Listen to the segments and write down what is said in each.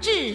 致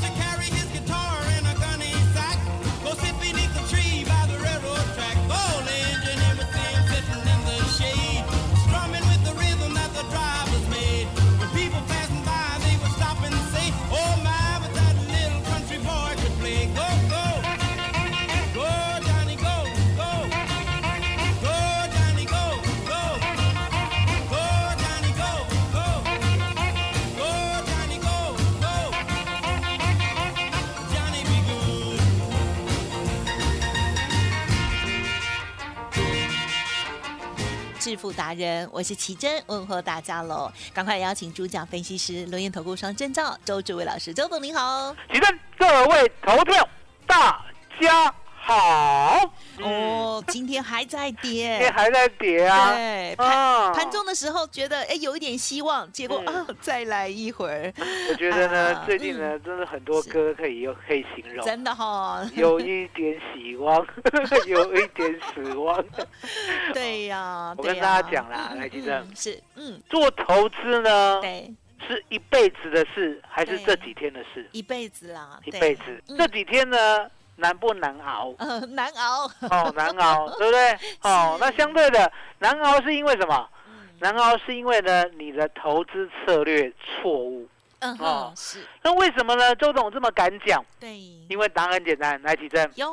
to carry his guitar in a gunny sack. Go sit beneath the tree by the railroad track. Old engineer would see him sitting in the shade, strumming with the rhythm that the drivers made. When people passing by, they would stop and say, Oh my, but that little country boy could play. Go, go, go, Johnny, go, go, go, Johnny, go, go, go, Johnny, go, go, go, Johnny, go, go. Johnny be good. 致富达人，我是奇珍，问候大家喽！赶快邀请主讲分析师、轮研投顾双证照周志伟老师，周总您好。请问各位投票，大家好。嗯，哦，今天还在今天跌。还在跌啊？对，啊盘盘中的时候觉得哎有一点希望，结果嗯哎啊再来一会儿，我觉得呢啊，最近呢，真的很多是歌可以用可以形容，真的哈、有一点 喜望，有一点死亡。对呀、我对跟呀大家讲啦，嗯来，记嗯得是，嗯，做投资呢，对，是一辈子的事，还是对这几天的事？一辈子啦，一对辈子。嗯？这几天呢，难不难熬呃，难熬，哦，难熬，对不对？ 哦，那相对的，难熬是因为什么？嗯难熬是因为呢，你的投资策略错误。嗯哦哼，是那为什么呢？周总这么敢讲？对，因为答案很简单，来奇正，有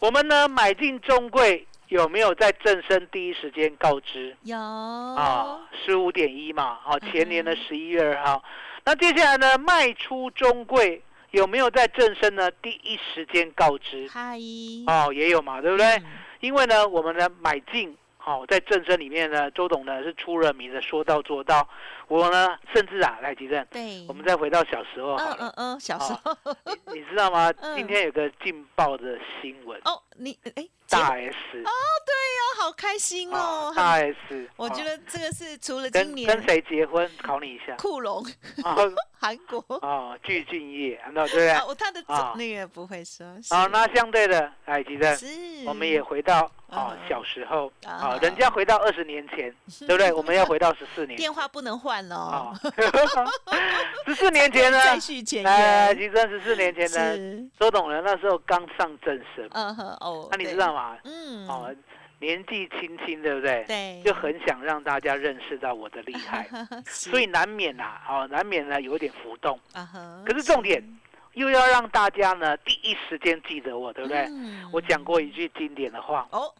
我们呢买进中贵有没有在正升第一时间告知有啊？十五点一嘛，好、哦嗯哼前年的十一月二号。那接下来呢，卖出中贵有没有在正升呢第一时间告知？嗨，哦，也有嘛，对不对？嗯因为呢，我们呢买进，好、在正升里面呢，周董呢是出了名的，说到做到。我呢，甚至啊，来奇正。对，我们再回到小时候好嗯了，嗯嗯，小时候你你知道吗？嗯今天有个劲爆的新闻，哦，你哎，结大婚 S 好开心啊哦，大很 S，我觉啊得这个是除了今跟跟年谁结婚？考你一 下库龙啊韩国啊，具俊晔，啊对不对？啊，我他的啊那个不会说，好，是那相对的，哎，其实是，我们也回到啊嗯小时候啊嗯啊，人家回到二十年前，对不对？我们要回到十四年电话不能换啊了，， 十四年前呢，再续前哎，缘其实十四年前呢，是，周董呢那时候刚上正身，嗯哼哦，那你对知道吗？嗯，哦，年纪轻轻，对不对？对，就很想让大家认识到我的厉害，所所以难免呐、啊，哦，难免呢有一点浮动， 啊哈，可是重点又要让大家呢第一时间记得我，对对不对？我讲过一句经典的话，嗯哦，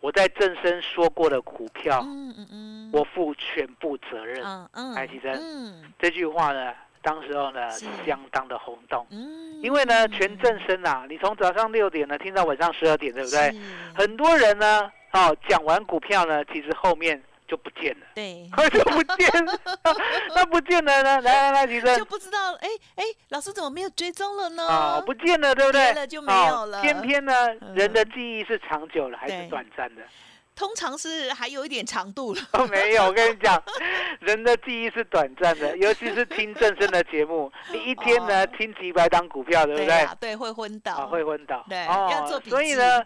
我在正身说过的股票，嗯嗯嗯，哦我负全部责任。嗯嗯，哎其实嗯这句话呢，当时候呢是相当的轰动，嗯，因为呢全正身啊，你从早上六点呢听到晚上十二点，对不对？是？很多人呢，哦，讲完股票呢，其实后面就不见了。 对。就不见了，那不见了呢？来来来，提就升不知道，哎哎，老师怎么没有追踪了呢？哦，不见了，对不跌对？了就没有了哦偏偏呢，嗯人的记忆是长久了还对是短暂的？通常是还有一点长度了。哦，没有，我跟你讲，人的记忆是短暂的，尤其是听正声的节目，你一天呢哦听几百档股票，对不对？啊，对，会昏倒。啊，会昏倒。对要做哦，笔所以记呢，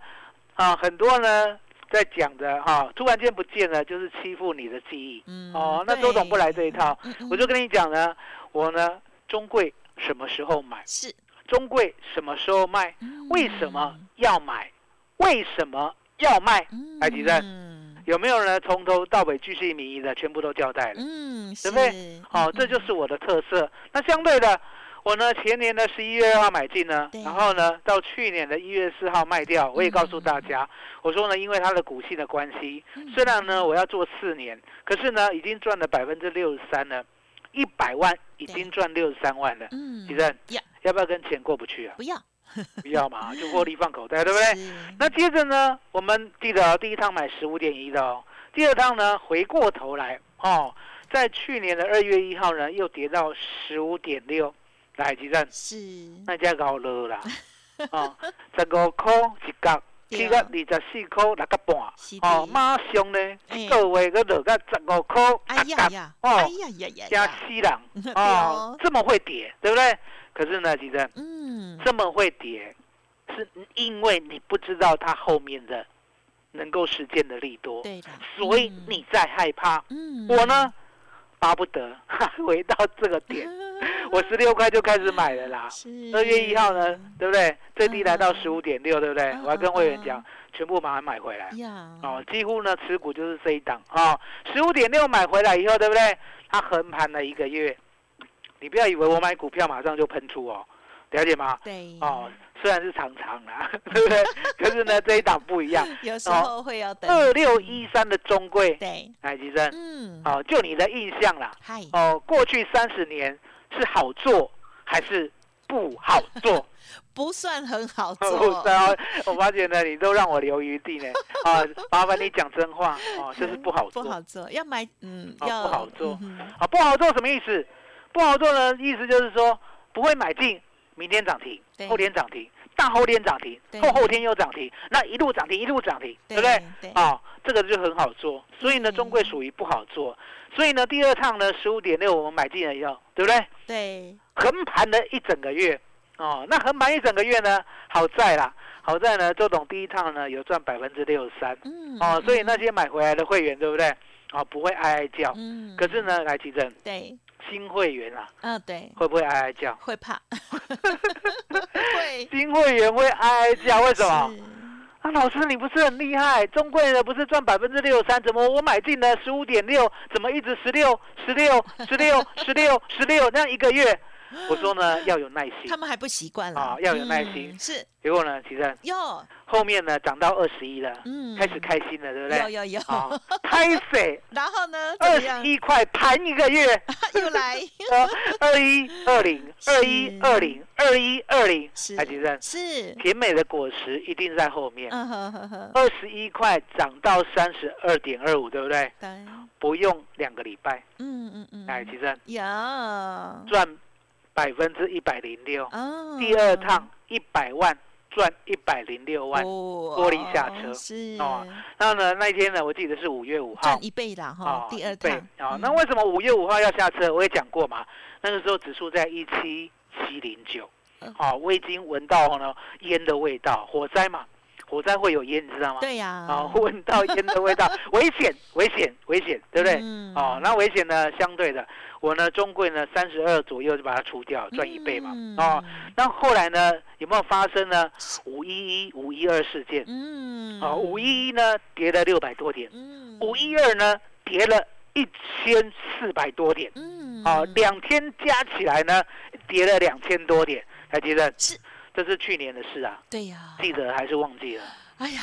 啊，很多呢在讲的哈，突然间不见了，就是欺负你的记忆。嗯哦，那周董不来这一套，嗯嗯我就跟你讲呢，我呢中贵什么时候买，是中贵什么时候卖，嗯为什么？要买，为什么要卖，嗯来提振嗯有没有呢？从头到尾巨细靡遗的全部都交代了。嗯，对不对是哦，这就嗯是我的特色。那相对的，我呢前年的十一月二号买进呢对，然后呢到去年的一月四号卖掉。我也告诉大家，我说呢，因为它的股性的关系，嗯虽然呢我要做四年，可是呢已经赚了百分之六十三了，一百万已对经赚六十三万了。嗯其正呀，要不要跟钱过不去啊？不要，不 要嘛，就获利放口袋，对不对？是？那接着呢，我们记得、哦、第一趟买十五点一的哦，第二趟呢回过头来哦，在去年的二月一号呢又跌到十五点六，来几站，是，那才熬落 啦。哦，十五块一角，对啊去到二十四块六角半是，的哦，马上呢，哎一个月佫落到十五块哎六呀角，呀，哦哎呀呀呀加呀， 西郎对哦哦，这么会跌，对不对？可是呢，其实嗯，这么会跌，是因为你不知道它后面的能够实践的利多，对的，所以嗯，你在害怕。嗯，我呢，巴不得 回到这个 点，我十六块就开始买了啦。嗯是二月一号呢，对不对？最低来到嗯十五点六，对不对嗯？我还跟会员嗯讲，全部把它买回来。呀，哦，几乎呢持股就是这一档哦，十五点六买回来以后，对不对？它横盘了一个月，你不要以为我买股票马上就喷出哦，了解吗？对，哦，，虽然是常常啦， 对 不对？可是呢这一档不一样，有时候会要等，哦二六一三的中贵，对，哎，吉生，嗯，哦，就你的印象啦，嗨，哦，过去三十年是好做还是不好 做？不算很好 我做，发我发觉呢，你都让我留余 地呢，啊，麻烦你讲真话哦，就是不好做不。好做，要买，嗯，哦要不好做嗯哼啊，不好做什么意思？不好做呢，意思就是说不会买进，明天涨停对，后天涨停，大后天涨停对，后后天又涨停，那一路涨停一路涨停，对不对？对？嗯对，啊，这个就很好做，所以呢，对中贵属于不好做，所以呢，第二趟呢，十五点六我们买进了以后，对不对？对，横盘了一整个月，哦，那横盘一整个月呢，好在啦，好在呢，周董第一趟呢有赚百分之六十三，嗯，哦，所以嗯那，些买回来的会员，对不对？哦，不会哀哀叫，嗯，可是，呢，来奇正。对，新会员啊，嗯，对，会不会哀哀叫？会 怕，会，新会员会哀哀叫，为什么？是？啊，老师你不是很厉害？中贵的不是赚百分之六三，怎么我买进了十五点六，怎么一直十六、十六、十六、十六、十六那样一个月？我说呢，要有耐心嗯他。们还不习惯了啊要有耐心嗯是结果呢，其实哟，后面呢涨到二十一了，嗯开始开心了，对不有对？有有，啊，拍水 然后呢？ 怎二么十样？一块盘一个月，呃又来 二一二零、二一二零、二一二零，是哎，其实是，甜美的果实一定在后面。嗯呵呵呵，二十一块涨到三十二点二五，对不对？当然，不用两个礼拜，嗯嗯嗯，哎，其实有啊，赚百分之一百零六，哦嗯第二趟一百万赚一百零六万。哦玻璃下车是哦那呢，那一天呢，我记得是五月五号赚，一倍啦哦哈，，第二对趟，哦嗯，那为什么五月五号要下车？我也讲过嘛，那个时候指数在一七七零九嗯，哦，我已经闻到呢烟的味道，火灾嘛，火灾会有烟，你知道吗？对呀，哦， 闻到烟的味道， 危险，危险，危险，对不对？嗯哦，那危险呢？相对的，我呢，中贵呢，三十二左右就把它除掉，赚一倍嘛。嗯哦，，那后来呢，有没有发生呢？五一一、五一二事件，嗯，哦，五，一一呢跌了六百多点，嗯，五，一二呢跌了一千四百多点，嗯，哦，两天加起来呢跌了两千多点，还记得？是，这是去年的事啊，对呀，记得还是忘记了？哎呀，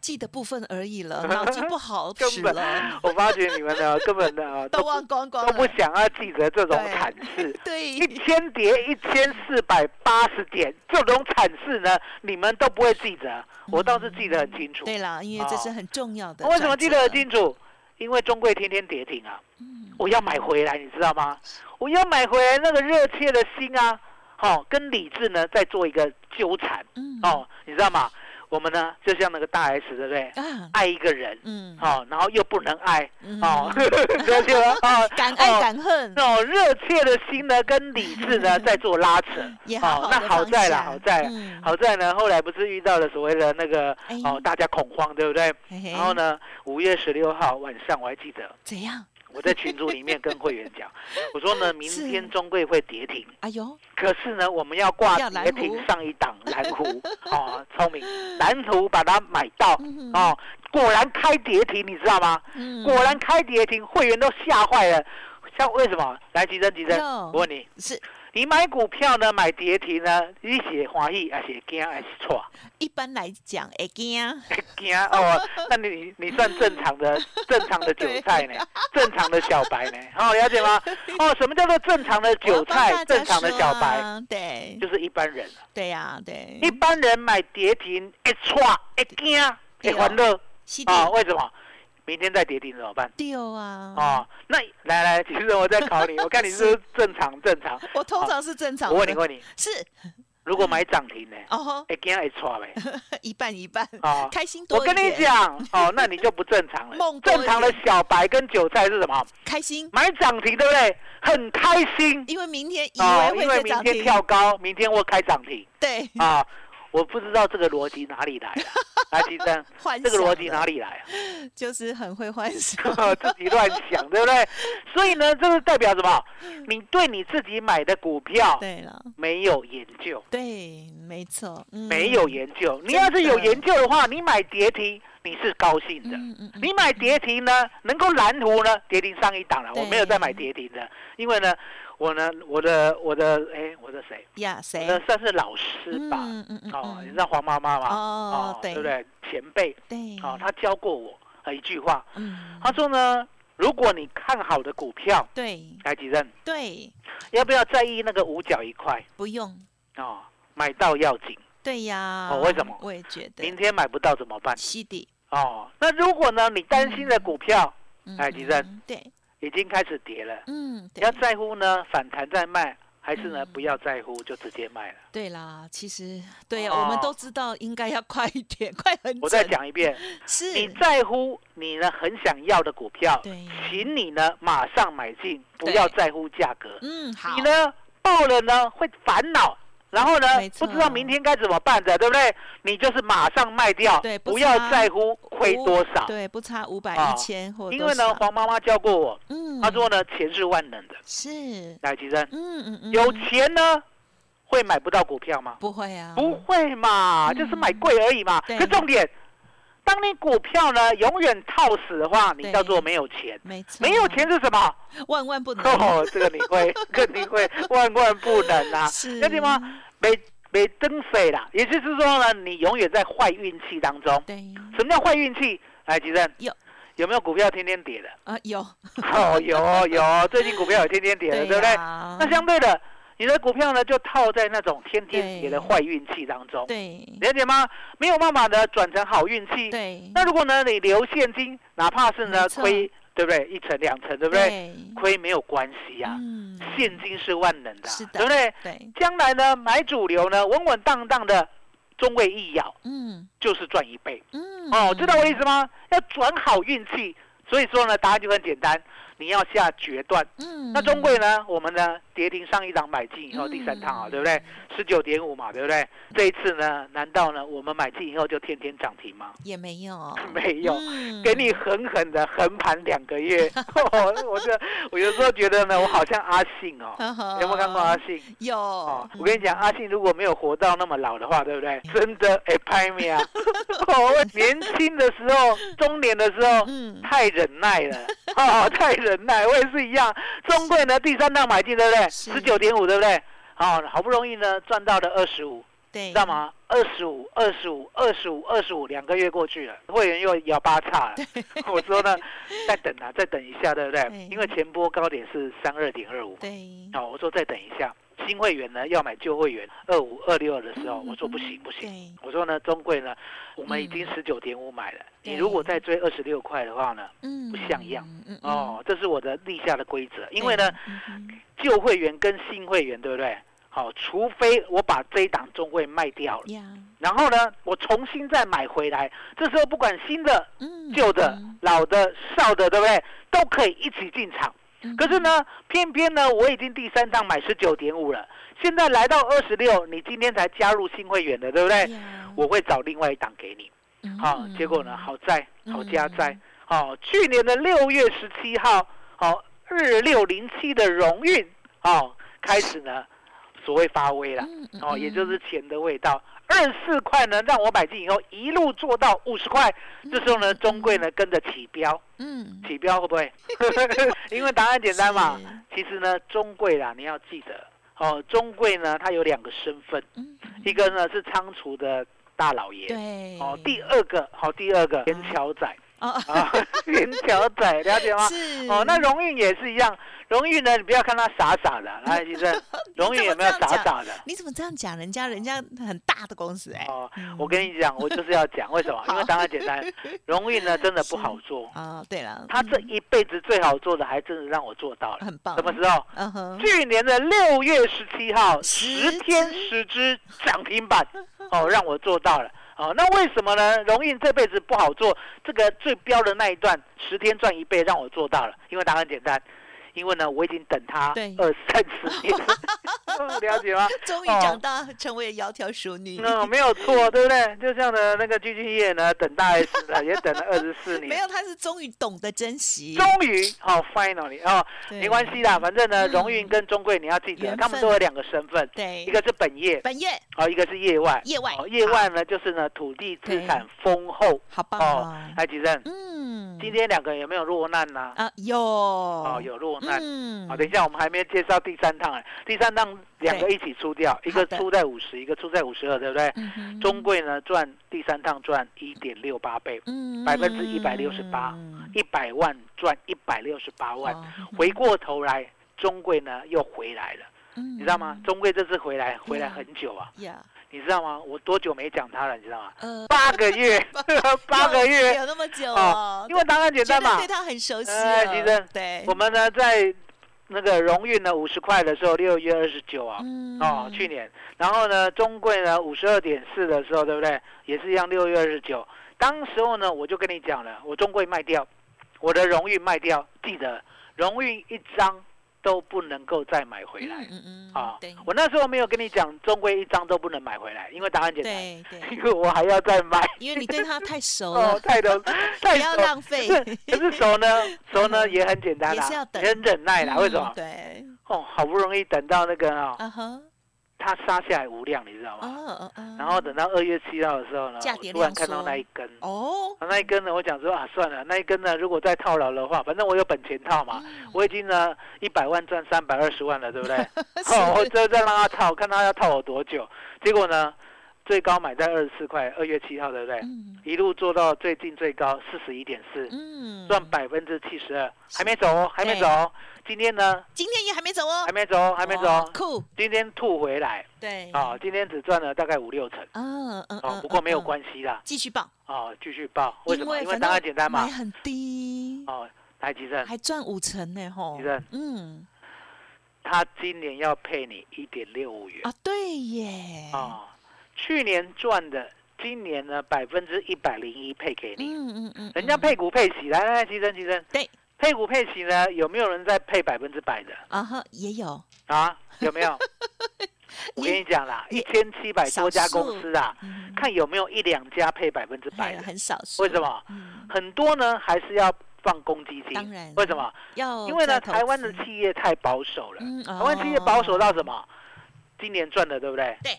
记得部分而已 了，脑筋不好根使本了， 我发觉你们呢，根本呢 啊都都不忘光光都不了。想要记得这种对惨事。对一，千跌一千四百八十点，这种惨事呢，你们都不会记得，我倒是记得很清楚。对啦，因为这是哦很重要嗯的。嗯我为什么记得很？清楚？因为中贵天天跌停啊，我要买回来，你知道吗？我要买回来那个热切的心啊，好、跟理智呢在做一个纠缠嗯，哦，你知道吗？我们呢就像那个大 S 对不对？啊，爱一个人，嗯，哦，然后又不能爱，嗯哦， 了解 吗？哦，敢爱 哦敢恨，那种热切的心呢，跟理智呢在做拉扯。嗯也好好地哦，那好在啦，放下好在啦嗯好在呢，后来不是遇到了所谓的那个哎哦，大家恐慌，对不对？嘿嘿然后呢，五月十六号晚上我还记得，怎样？我在群组里面跟会员 讲，我说呢，明是天中贵会跌停，哎呦，可是呢，我们要挂要蓝跌停湖上一档蓝 湖，哦，聪明，蓝湖把它买到嗯，哼哦，果然开跌停，你知道吗？嗯果然开跌停，会员都吓坏了。像为什么？来，吉珍，吉珍，哟我问你，是你买股票呢，买跌停呢，你是欢喜还是惊还是错？一般来讲，会惊，啊惊哦， 那你你算正常的正常的韭菜 呢，正常的小白呢？哦，了解吗？哦，什么叫做正常的韭我菜？要帮大家啊正常的小说白啊，对就是一般人。对呀，对，一般人买跌停，一错一惊，对一哦欢乐是啊？的，为什么？明天再跌停怎么办？丢啊！哦，那来来，其实我在考你，我看你是不 是正常正常。哦我通常是正常的。我问你，问你，是如果买涨停呢？哦， 会惊会错呗？一半一半，哦，开心多我一点。跟你，讲， 哦，那你就不正常了梦。多一正点常的小白跟韭菜是什么？开心，买涨停，对不对？很开心因为明天以哦，为会因为再明涨天停，嗯跳高，明天我开涨停对，，啊！我不知道这个逻辑哪里来的，啊来，提生幻这个想逻辑了哪里来啊？ 就是很会幻想。自己乱想，对不对？所以呢，这是代表什么？嗯你对你自己买的股票 对了，没有研究，对，没错，嗯没有研究。你要是有研究的话，你买跌停你是高兴的。嗯嗯嗯，你买跌停呢，能够蓝图呢，跌停上一档了，对我没有再买跌停的，因为呢，我呢，我的我的哎，我的谁？呀谁我？的算是老师吧，嗯嗯嗯，哦，嗯你知道黄妈妈吗？哦对对不对？前辈，对，哦，她教过我呃一句话，嗯，她说呢，如果你看好的股票，对来几任，对，要不要在意那个五角一块不用，哦？买到要紧，对呀。哦为什么我也觉得明天买不到怎么办？西底，哦，那如果呢，你担心的股票嗯哎其实嗯对，已经开始跌了，嗯，对要在乎呢反弹再卖，还是呢嗯不要在乎就直接卖了？对啦，其实对呀，哦我们都知道应该要快一点， 快很准。我再讲一遍，嗯是，你在乎你呢很想要的股票，对，请你呢马上买进，不要在乎价格。嗯，好，你呢爆了呢会烦恼。然后呢没，错不知道明天该怎么办的，对不对？你就是马上卖掉，对不不要差在乎亏五多少，对，不差五百啊一千或因多为呢，少黄妈妈教过我，嗯，她说呢，钱是万能的。是，来，吉生，嗯嗯嗯，有钱呢，会买不到股票吗？不会啊，不会嘛，嗯就是买贵而已嘛。对可重点，当你股票呢永远套死的话，你对叫做没有钱。没错，没有钱是什么？万万不能，哦，这个你 会，这个你会万万不能啊！是，那地方没没登水啦，也就是说呢，你永远在坏运气当中。对什么叫坏运气？来，吉正有有没有股票天天 跌的？啊，有，哦，有哦有哦，最近股票有天天跌啊的，对不对？呀那相对的，你的股票呢就套在那种天天跌的对坏运气当中，对了解吗？没有办法呢转成好运气。对，那如果呢你留现金，哪怕是呢没错亏，对不对？一层两层，对不对？对亏没有关系呀、嗯，现金是万能的啊，是的对不对？对，将来呢买主流呢稳稳当当的中位一咬嗯就是赚一倍。嗯，哦，知道我意思吗？要转好运气，所以说呢，答案就很简单，你要下决断。嗯，那中贵呢，我们呢跌停上一档买进以后，嗯第三趟啊，对不对？十九点五嘛，对不对？这一次呢，难道呢我们买进以后就天天涨停吗？也没有，没有。嗯给你狠狠的横盘两 个月，我我这我有时候觉得呢，我好像阿信哦，呵呵有没有看过阿信？有哦，，嗯我跟你讲，阿信如果没有活到那么老的话，对不对？真的哎，拍面啊！ 我年轻的时候，中年的时候。嗯，太忍耐了， 哦，太忍耐，我也是一样。中贵呢，第三档买进，对不对？是十九点五，对不对？哦，好不容易呢赚到了二十五，对，知道？吗？二十五，二十五，二十五，二十五，两个月过去了，会员又摇八叉了。 我说呢，再等啊，再等一下，对不对？对因为前波高点是三二点二五，对，哦，我说再等一下，新会员呢要买旧会员二五二六的时候，嗯哦我说不行嗯不行，对，我说呢中贵呢，我们已经嗯十九点五买了，你对如果再追二十六块的话呢，嗯，不像样嗯，嗯，哦，这是我的立下的规则，因为对呢，嗯哼旧会员跟新会员对不对？好、除非我把这一档中贵卖掉了，呀，然后呢，我重新再买回来，这时候不管新的、嗯，旧的嗯，、老的、少的，对不对？都可以一起进场。嗯可是，呢，偏偏呢，我已经第三趟买十九点五了，现在来到二十六，你今天才加入新会员的，对不对？呀哎我会找另外一档给你。嗯好、结果呢，好在好加在嗯，好、去年的六月十七号，好、日六零七的荣运，哦，开始呢，所谓发威了，嗯嗯哦，也嗯就是钱的味道。二十四块呢，让我买进以后一路做到五十块，这时候呢，中贵呢跟着起标，嗯，起标会 不会？因为答案简单嘛是，，其实呢，中贵啦，你要记得哦，中贵呢，它有两个身份，嗯，一个呢是仓储的大老爷，对，哦，第二个，好、第二嗯个元桥仔哦，啊， 元桥 仔了解吗？哦是 哦，那荣运也是一样，荣运呢，你不要看他傻傻的，来，医生，荣誉有没有傻傻的？你怎么这样讲人家？人家很大的公司哎、哦，嗯我跟你讲，我就是要讲为什 么？因为答案简单，荣誉呢真的不好做。啊，对了，他这嗯一辈子最好做的，还真的让我做到了。很棒什么时候？嗯哼，去年的六月十七号，十十天只十只涨停 板，哦，让我做到了。哦，那为什么呢？荣印这辈子不好做，这个最标的那一段十天赚一倍，让我做到了。因为答案很简单，因为呢，我已经等它对二三十 年了，嗯了解吗？终于哦长大，成为窈窕淑女。嗯，没有错，对不对？就像呢，那个鞠婧祎呢，等大 S 呢，也等了二十四年，没有，他是终于懂得珍惜。终于哦，finally 哦，对没关系啦，反正 呢，嗯荣运跟中贵你要记缘得，分他们都有两个身份，对一个是本业，本业哦，一个是业外，业外哦，业外呢就是呢土地资产丰厚好棒哦哦，。哎，吉正，嗯，今天两个有没有落难呢？啊有哦哦，有落难。哦嗯，好，等一下，我们还没介绍第三趟哎，第三趟两个对一起出掉，一个好的出在五十，一个出在五十二，对不对？嗯哼，中贵呢赚第三趟赚一点六八倍，嗯168嗯一百万赚一百六十八万，哦回过头来，中贵呢又回来了，嗯你知道吗？中贵这次回来回来很久啊，呀，你知道吗？我多久没讲他了？你知道吗？呃，八个 月，八个有月有那么久啊哦，，因为答案简觉单得嘛对。他很熟悉哎了其实对我，们呢在那个荣誉呢五十块的时候，六月二十九啊。嗯哦，去年，然后呢，中贵呢五十二点四的时候，对不对？也是一样，六月二十九。当时候呢，我就跟你讲了，我中贵卖掉，我的荣誉卖掉，记得荣誉一张都不能够再买回来嗯嗯嗯，啊、对我那时候没有跟你讲，中贵一张都不能买回来，因为答案简单，对对，因为我还要再买。因为你对他太熟哦，了，太多，不太要多。浪费，是，可是手 呢，手呢也很简单也啦，是要等很忍耐啦。为什么嗯？对，哦，好不容易等到那个哦，啊哈，它杀下来无量，你知道吗？哦哦，然后等到二月七号的时候呢，价我跌突然量看到缩那一根，哦， 那一根呢，我想说啊，算了，那一根呢，如果再套牢的话，反正我有本钱套嘛，嗯我已经呢一百万赚三百二十万了，对不对？哦，我是这再让他套，看他要套我多久。结果呢，最高买在二十四块，二月七号，对不对？嗯一路做到最近最高四十一点四，嗯赚百分之七十二，还没走哦，还没走哦。今天呢，今天也还没走哦还，没走哦，还没走哇哦。酷，今天吐回来对，啊、哦，今天只赚了大概五六成嗯嗯哦嗯，，不过没有嗯，关系啦。嗯继续报，哦，继续报，为什么？因为反答案正简单嘛买。很低，哦，台积电，还赚五成呢吼其，实嗯它今年要配你一点六五元。啊对耶，哦，去年赚的，今年呢百分之一百零一配给你。嗯嗯嗯，人家嗯配股配息，来来来，提升提升。对，配股配息呢，有没有人在配百分之百的啊哈也有，啊？有没 有？我跟你讲啦，一也千七百多家公司啊，嗯看有没有一两家配百分之百嘿的。很少数，为什么？嗯？很多呢还是要放公积金。当然为什么？要因为呢，再投台湾的资企业太保守了，嗯台湾企业保守到哦什么？今年赚的，对不对？对。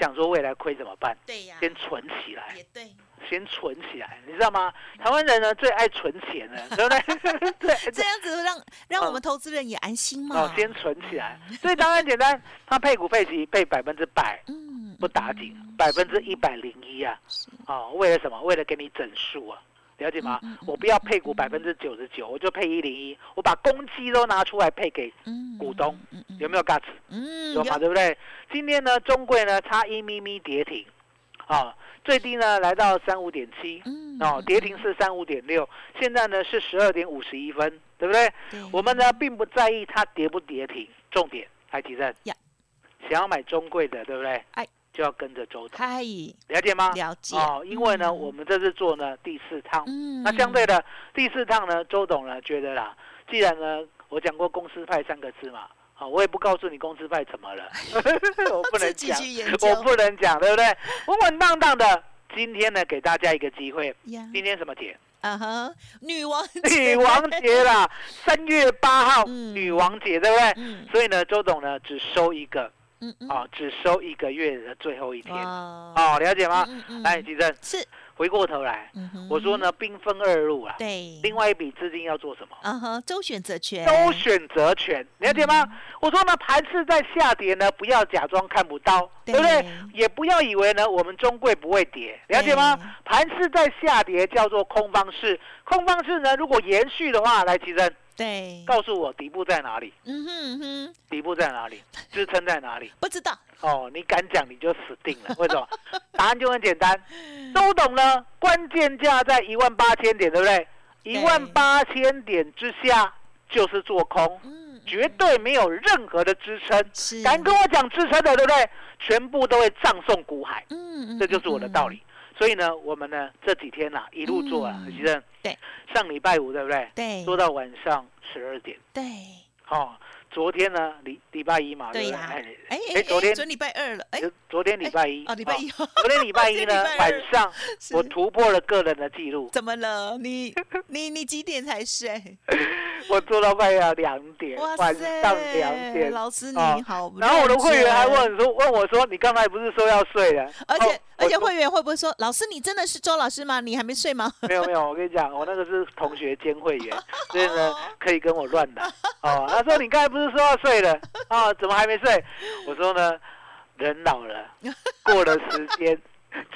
想说未来亏怎么办？对呀，先存起来，也对，先存起来，你知道吗？台湾人呢最爱存钱 了，对不对？ 对这对。样子让让我嗯们投资人也安心嘛。哦，先存起来。所以当然简单，他配股配息配百分之百嗯，不打紧，百分之一百零一啊。哦，为了什么？为了给你整数啊。了解嗯吗？我不要配股百分之九十九，我就配一零一，我把公积都拿出来配给嗯股东，嗯有没有 guts？嗯，有嘛，对不对？今天呢，中贵呢差一咪咪跌停，啊，最低呢来到三五点七，嗯哦，跌停是三五点六，现在呢是十二点五十一分，对不对？我们呢并不在意它跌不跌停，重点还提振呀，想要买中贵的，对不对？哎，就要跟着周董，嗨了解吗？了解哦，因为呢，嗯我们这次做呢第四趟，嗯，那相对的第四趟呢，周董呢觉得啦，既然呢我讲过公司派三个字嘛，好、我也不告诉你公司派怎么了， 我不能自己讲，去研究我不能讲，对不对？稳稳当当的，今天呢给大家一个机会，呀今天什么 节？啊哈，女王 女王节啦，三月八号、嗯女王节，对不对？嗯所以呢，周董呢只收一个嗯嗯，啊、只收一个月的最后一天，哇，哦，了解吗？嗯嗯来，吉正，是，回过头来，嗯哼我说，呢，兵分二路啊，对，另外一笔资金要做什么？啊哈，周选择权，周选择权，嗯了解吗？我说呢，盘是在下跌呢，不要假装看不到，对对不对？也不要以为呢，我们中贵不会跌，了解吗对？嗯盘是在下跌，叫做空方式。空方式呢，如果延续的话，来，其实对，告诉我底部在哪里？嗯哼嗯哼，底部在哪里？支撑在哪里？不知道，哦，你敢讲你就死定了。为什么？ 答案就很简单，都懂了。关键价在一万八千点，对不对？一万八千点之下就是做空，嗯，绝对没有任何的支撑。是，敢跟我讲支撑的，对不对？全部都会葬送股海，嗯，嗯这就是我的道。嗯理。所以呢，我们呢这几天呐、一路做啊，嗯其实对，上礼拜五对不对？对，做到晚上十二点。对，哦，昨天呢礼礼拜一嘛，对不呀哎哎哎哎，昨天准礼拜二了，哎，昨天礼拜一哦，礼拜一， 哦昨天礼拜 一呢昨天礼拜二晚上，是我突破了个人的 记录，怎么了？你 你你几点才睡？我做到快要两点，哎晚上两点。老师哦你好，然后我的会员还，问说，问我说，你刚才不是说要睡了？而且、哦而且我说会员会不会说，老师你真的是周老师吗？你还没睡吗？ 没有没有，我跟你讲，我那个是同学兼会 员，所以哦呢可以跟我乱打。哦，他说你刚才不是说要睡了啊、怎么还没睡？我说呢，人老 了，过了时间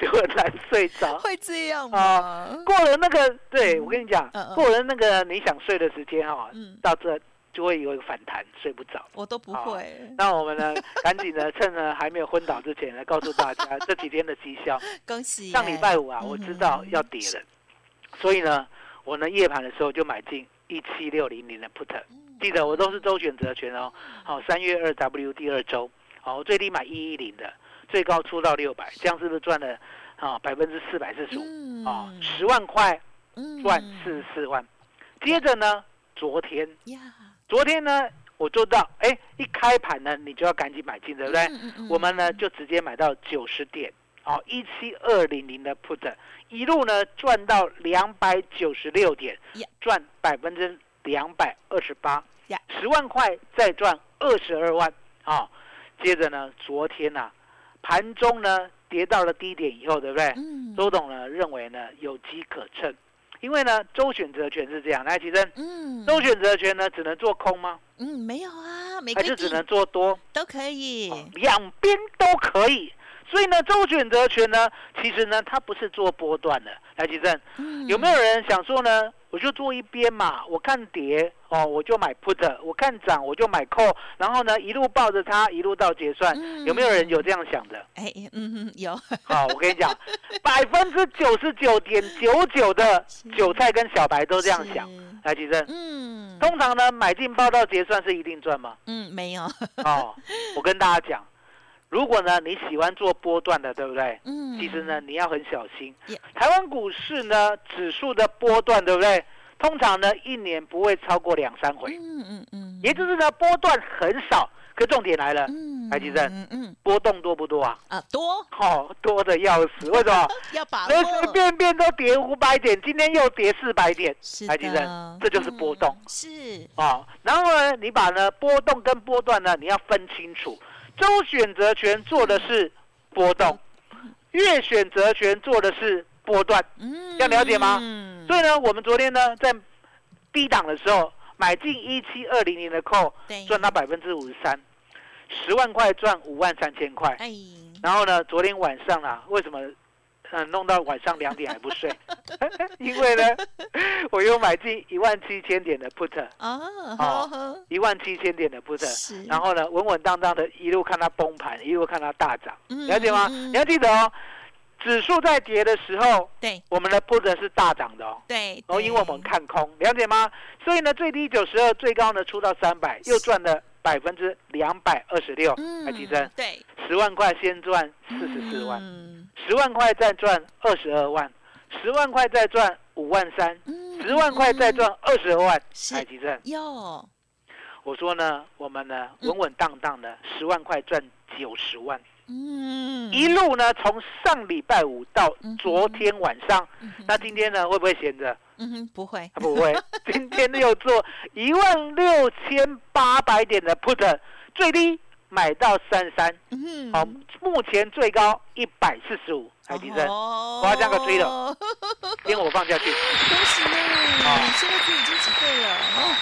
就很难睡着。会这样吗？啊过了那个，对我跟你讲嗯嗯，过了那个你想睡的时间哈、嗯到这就会有一个反弹，睡不着。我都不啊会，那我们 呢，赶紧呢，趁呢还没有昏倒之前呢，告诉 大家这几天的绩效。恭喜耶！哦上礼拜五啊，嗯哼我知道要跌了，所以呢，我呢夜盘的时候就买进一七六零零的 put，记嗯得我都是周选择权哦。好、三月二 W 第二周，好、我最低买一一零的，最高出到六百，这样是不是赚了啊百分之四百四十五嗯啊十万块赚四十四万？接着呢，昨天嗯呀，昨天呢，我做到，哎，一开盘呢，你就要赶紧买进，对不对？嗯嗯嗯我们呢就直接买到九十点，哦，一七二零零的 put，一路呢赚到两百九十六点 Yeah，赚百分之两百二十八 Yeah，十万块再赚二十二万啊、接着呢，昨天呢、盘中呢跌到了低点以后，对不对？嗯周董呢认为呢有机可乘，因为呢周选择权是这样，来，齐珍，嗯周选择权呢只能做空吗？嗯没有啊，没还规是只定能做多？都可以，哦两边都可以。所以呢，周选择权呢，其实呢，它不是做波段的。来，吉正，嗯有没有人想说呢？我就做一边嘛，我看跌哦，我就买 put，我看涨我就买 call，然后呢，一路抱着它，一路到结算。嗯有没有人有这样想的？哎嗯嗯有好、我跟你讲，百分之九十九点九九的是韭菜跟小白都这样想。是来，吉正，嗯通常呢，买进报到结算是一定 赚吗？嗯没有哦，我跟大家讲，如果呢你喜欢做波段的，对不对？嗯其实呢你要很小心 Yeah。台湾股市呢指数的波段，对不对？通常呢一年不会超过两三回，嗯嗯嗯也就是呢波段很少。可重点来了，嗯台积电嗯嗯波动多不多啊？啊多哦，多的要死。为什么？ 要把随随握。便便都跌五百点，今天又跌四百点，是台积的电，这就是波动。嗯是，哦，然后呢，你把呢波动跟波段呢，你要分清楚。周选择权做的是波动，月选择权做的是波段。嗯，这样了解吗嗯，所以呢，我们昨天呢在低档的时候买进一七二零零的 call，对赚到百分之五十三，十万块赚五万三千块。 哎，然后呢，昨天晚上啊，为什么？嗯，弄到晚上两点还不睡， 因为呢，我又买进一万七千点的 put，啊，哦呵呵一万七千点的 put，是，然后呢，稳稳当当的，一路看它崩盘，一路看它大涨，嗯了解吗？嗯嗯你要记得哦，指数在跌的时候，对我们的 put 是大涨的哦，对，哦，因为我们对，看空，了解吗？所以呢，最低九十二，最高呢出到三百，又赚了百分之两百二十六，嗯还提升对，十万块，先赚四十四万，嗯十万块再赚二十二万，十万块再赚五万三，嗯十万块再赚二十二万，是还提升。哟，我说呢，我们呢嗯稳稳当当的十万块赚九十万，嗯，一路呢从上礼拜五到嗯哼昨天晚上，嗯哼那今天呢会不会闲着？嗯哼不会，啊不会，今天又做一万六千八百点的 put，最低买到三三，嗯好，目前最高一百四十五，海迪生，哦我要这样给推了今天我放下去恭喜你，啊现在已经几倍了，哦，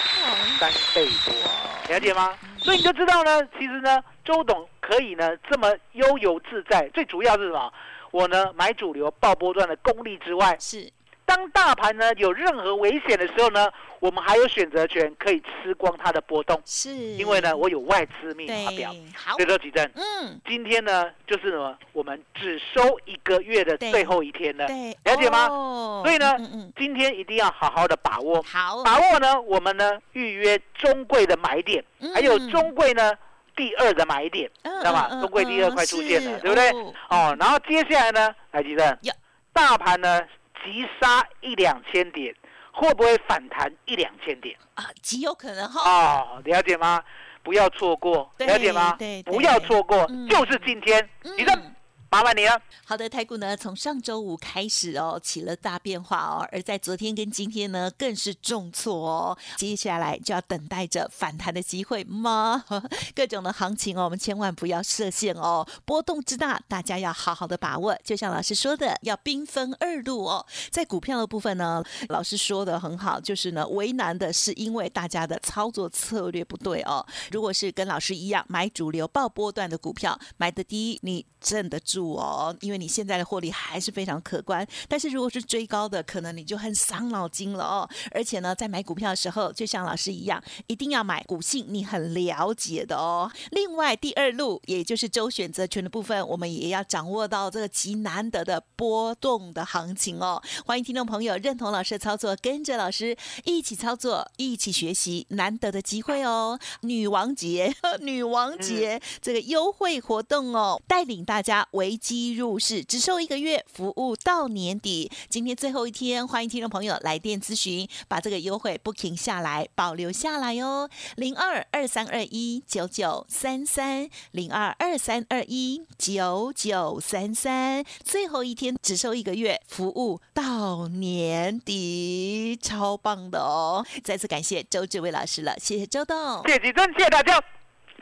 三倍多。哇了解吗？所以你就知道呢，其实呢，周董可以呢这么悠游自在，最主要是什么？我呢买主流爆波段的功力之外，是，当大盘呢有任何危险的时候呢，我们还有选择权可以吃光它的波动，是，因为呢我有外资密码表。嗯对，好这，周几阵？嗯，今天呢就是什么？我们只收一个月的对最后一天了。对，了解吗哦所以呢啊嗯嗯，今天一定要好好的把握嗯，好，把握呢我们呢预约中贵的买点，还有嗯，中贵呢第二的买点。知知道吧中贵第二快出现了对不对？嗯嗯哦，然后接下来呢，来吉正呀，大盘呢急杀一两千点，会不会反弹一两千点？是啊，极有可能哈，哦，了解吗？不要错过，对了解吗对？对不要错过嗯，就是今天，吉正，嗯麻烦你了。好的，台股呢，从上周五开始哦，起了大变化哦，而在昨天跟今天呢，更是重挫哦。接下来就要等待着反弹的机会吗？ 各种的行情哦，我们千万不要设限哦，波动之大，大家要好好的把握。就像老师说的，要兵分二路哦。在股票的部分呢，老师说的很好，就是呢，为难的是因为大家的操作策略不对哦。如果是跟老师一样买主流爆波段的股票，买的低，你镇得住哦，因为你现在的获利还是非常可观。但是如果是追高的，可能你就很伤脑筋了哦。而且呢，在买股票的时候，就像老师一样，一定要买股性你很了解的哦。另外，第二路也就是周选择权的部分，我们也要掌握到这个极难得的波动的行情哦。欢迎听众朋友认同老师的操作，跟着老师一起操作，一起学习，难得的机会哦！女王节， 女王节、这个优惠活动哦，带领大家危机入市，只售一个月，服务到年底。今天最后一天，欢迎听众朋友来电咨询，把这个优惠 booking 下来，保留下来哦。零二二三二一九九三三，零二二三二一九九三三，最后一天只收一个月，服务到年底，超棒的哦！再次感谢周志伟老师了，谢谢周董。谢谢吉正，谢谢大家，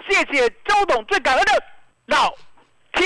谢谢周董，最感恩的老天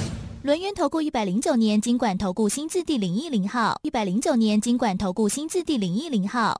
轮源投顾一百零九年经管投顾新字第零一零号，一百零九年经管投顾新字第零一零号。